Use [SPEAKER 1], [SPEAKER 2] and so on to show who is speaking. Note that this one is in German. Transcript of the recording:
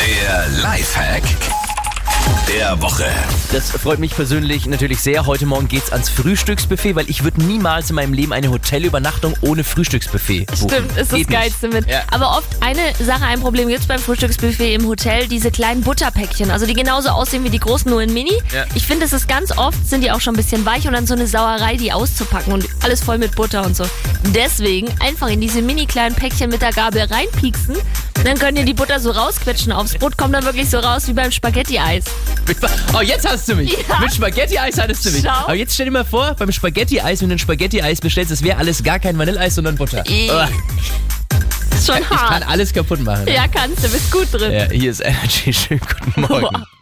[SPEAKER 1] Der Lifehack der Woche.
[SPEAKER 2] Das freut mich persönlich natürlich sehr. Heute Morgen geht's ans Frühstücksbuffet, weil ich würde niemals in meinem Leben eine Hotelübernachtung ohne Frühstücksbuffet buchen.
[SPEAKER 3] Stimmt, ist das
[SPEAKER 2] Geht
[SPEAKER 3] Geilste
[SPEAKER 2] nicht.
[SPEAKER 3] mit.
[SPEAKER 2] Ja.
[SPEAKER 3] Aber oft eine Sache, ein Problem gibt's beim Frühstücksbuffet im Hotel, diese kleinen Butterpäckchen. Also die genauso aussehen wie die großen, nur in Mini.
[SPEAKER 2] Ja.
[SPEAKER 3] Ich finde, es ist ganz oft, sind die auch schon ein bisschen weich und dann so eine Sauerei, die auszupacken und alles voll mit Butter und so. Deswegen einfach in diese mini kleinen Päckchen mit der Gabel reinpieksen. Dann könnt ihr die Butter so rausquetschen. Aufs Brot kommt dann wirklich so raus wie beim Spaghetti-Eis.
[SPEAKER 2] Oh, jetzt hast du mich.
[SPEAKER 3] Ja.
[SPEAKER 2] Mit Spaghetti-Eis hattest du mich.
[SPEAKER 3] Schau.
[SPEAKER 2] Aber jetzt stell dir mal vor, beim Spaghetti-Eis, wenn du ein Spaghetti-Eis bestellst, es wäre alles gar kein Vanilleeis, sondern Butter.
[SPEAKER 3] Ih.
[SPEAKER 2] Oh,
[SPEAKER 3] Ist schon
[SPEAKER 2] ich kann
[SPEAKER 3] hart.
[SPEAKER 2] alles kaputt machen.
[SPEAKER 3] ja, kannst du, bist gut drin.
[SPEAKER 2] Ja, hier ist Energy. Schönen guten Morgen.
[SPEAKER 3] Boah.